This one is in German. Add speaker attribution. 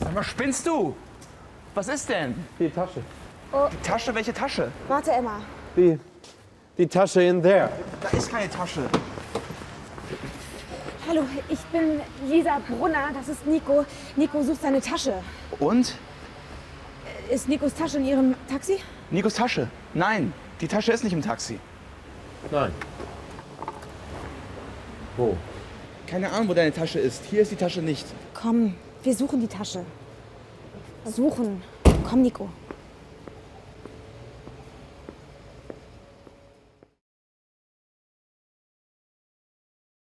Speaker 1: Aber spinnst du? Was ist denn?
Speaker 2: Die Tasche.
Speaker 1: Die Tasche, welche Tasche?
Speaker 3: Warte, Emma.
Speaker 2: Die, die Tasche in there.
Speaker 1: Da ist keine Tasche.
Speaker 3: Hallo, ich bin Lisa Brunner. Das ist Nico. Nico sucht seine Tasche.
Speaker 1: Und?
Speaker 3: Ist Nikos Tasche in Ihrem Taxi?
Speaker 1: Nikos Tasche. Nein, die Tasche ist nicht im Taxi.
Speaker 2: Nein. Wo?
Speaker 1: Keine Ahnung, wo deine Tasche ist. Hier ist die Tasche nicht.
Speaker 3: Komm, wir suchen die Tasche. Suchen. Komm, Nico.